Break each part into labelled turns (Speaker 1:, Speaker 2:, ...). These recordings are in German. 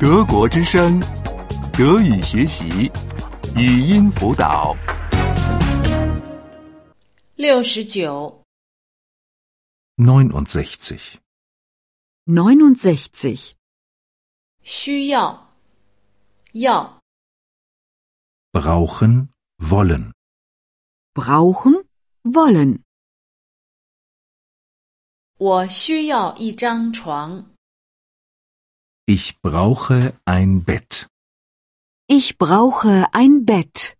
Speaker 1: 德国之声，德语学习，语音辅导。
Speaker 2: 六十九，
Speaker 3: 69.
Speaker 4: 69.
Speaker 2: 需要，要
Speaker 3: Brauchen, wollen.
Speaker 4: Brauchen, wollen.
Speaker 2: 我需要一张床，
Speaker 3: Ich brauche ein Bett.
Speaker 4: Ich brauche ein Bett.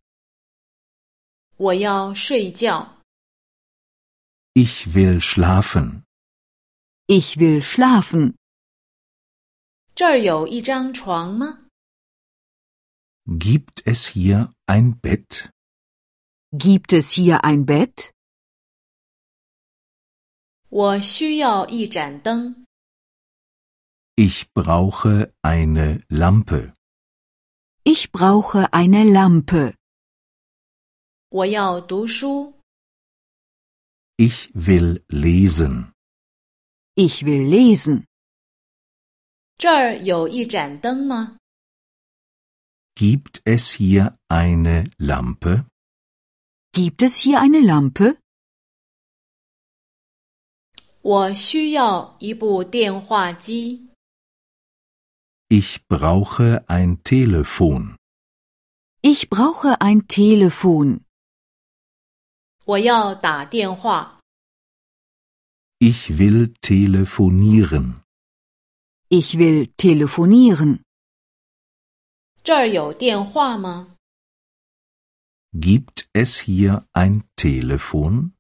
Speaker 2: 我要睡觉，
Speaker 3: Ich will schlafen.
Speaker 4: Ich will schlafen.
Speaker 2: 这儿有一张床吗？
Speaker 3: Gibt es hier ein Bett?
Speaker 4: Gibt es hier ein Bett?
Speaker 2: 我需要一盏灯，
Speaker 3: Ich brauche eine Lampe.
Speaker 4: Ich brauche eine Lampe.
Speaker 2: 我要读书，
Speaker 3: Ich will lesen.
Speaker 4: Ich will lesen.
Speaker 2: 这儿有一盏灯吗？
Speaker 3: Gibt es hier eine Lampe?
Speaker 4: Gibt es hier eine Lampe?
Speaker 2: 我需要一部电话机，
Speaker 3: Ich brauche ein Telefon.
Speaker 4: Ich brauche ein Telefon.
Speaker 2: 我要打电话，
Speaker 3: Ich will telefonieren.
Speaker 4: Ich will telefonieren.
Speaker 2: 这儿有电话吗？
Speaker 3: Gibt es hier ein Telefon?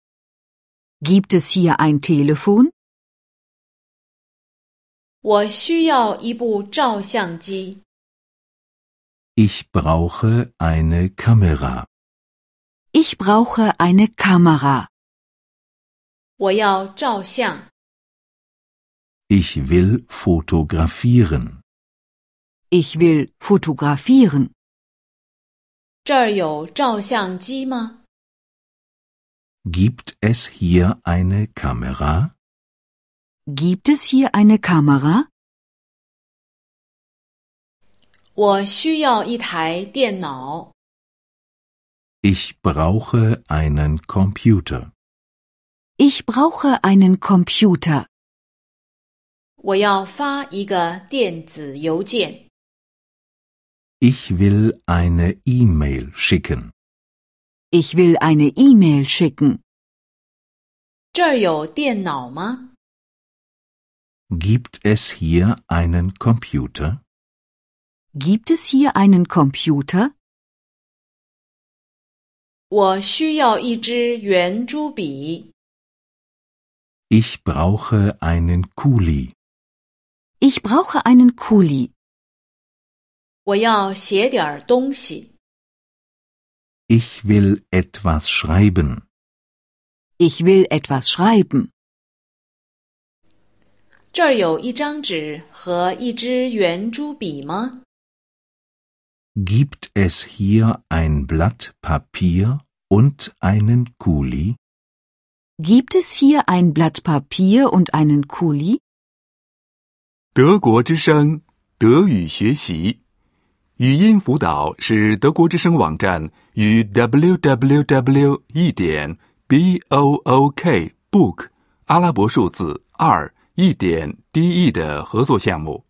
Speaker 4: Gibt es hier ein Telefon?
Speaker 2: 我需要一部照相机，
Speaker 3: Ich brauche eine Kamera.
Speaker 4: Ich brauche eine Kamera.
Speaker 2: 我要照相，
Speaker 3: Ich will fotografieren.
Speaker 4: Ich will fotografieren.
Speaker 2: 这儿有照相机吗？
Speaker 3: Gibt es hier eine Kamera?
Speaker 4: Gibt es hier eine Kamera?
Speaker 2: 我需要一台电脑，
Speaker 3: Ich brauche einen Computer.
Speaker 4: Ich brauche einen Computer.
Speaker 2: 我要发一个电子邮件，
Speaker 3: Ich will eine E-Mail schicken.
Speaker 4: Ich will eine E-Mail schicken.
Speaker 2: 这儿有电脑吗？
Speaker 3: Gibt es hier einen Computer?
Speaker 4: Gibt es hier einen Computer?
Speaker 2: 我需要一支圆珠笔，
Speaker 3: Ich brauche einen Kuli.
Speaker 4: Ich brauche einen Kuli.
Speaker 2: 我要写点儿东西，
Speaker 3: Ich will etwas schreiben.
Speaker 4: Ich will etwas schreiben.
Speaker 2: 这儿有一张纸和一支圆珠笔吗？
Speaker 3: Gibt es hier ein Blatt Papier und einen Kuli?
Speaker 4: Gibt es hier ein Blatt Papier und einen Kuli?
Speaker 1: 德国之声，德语学习，语音辅导是德国之声网站与 www. 一点 b o o k book 阿拉伯数字二一点 d e 的合作项目。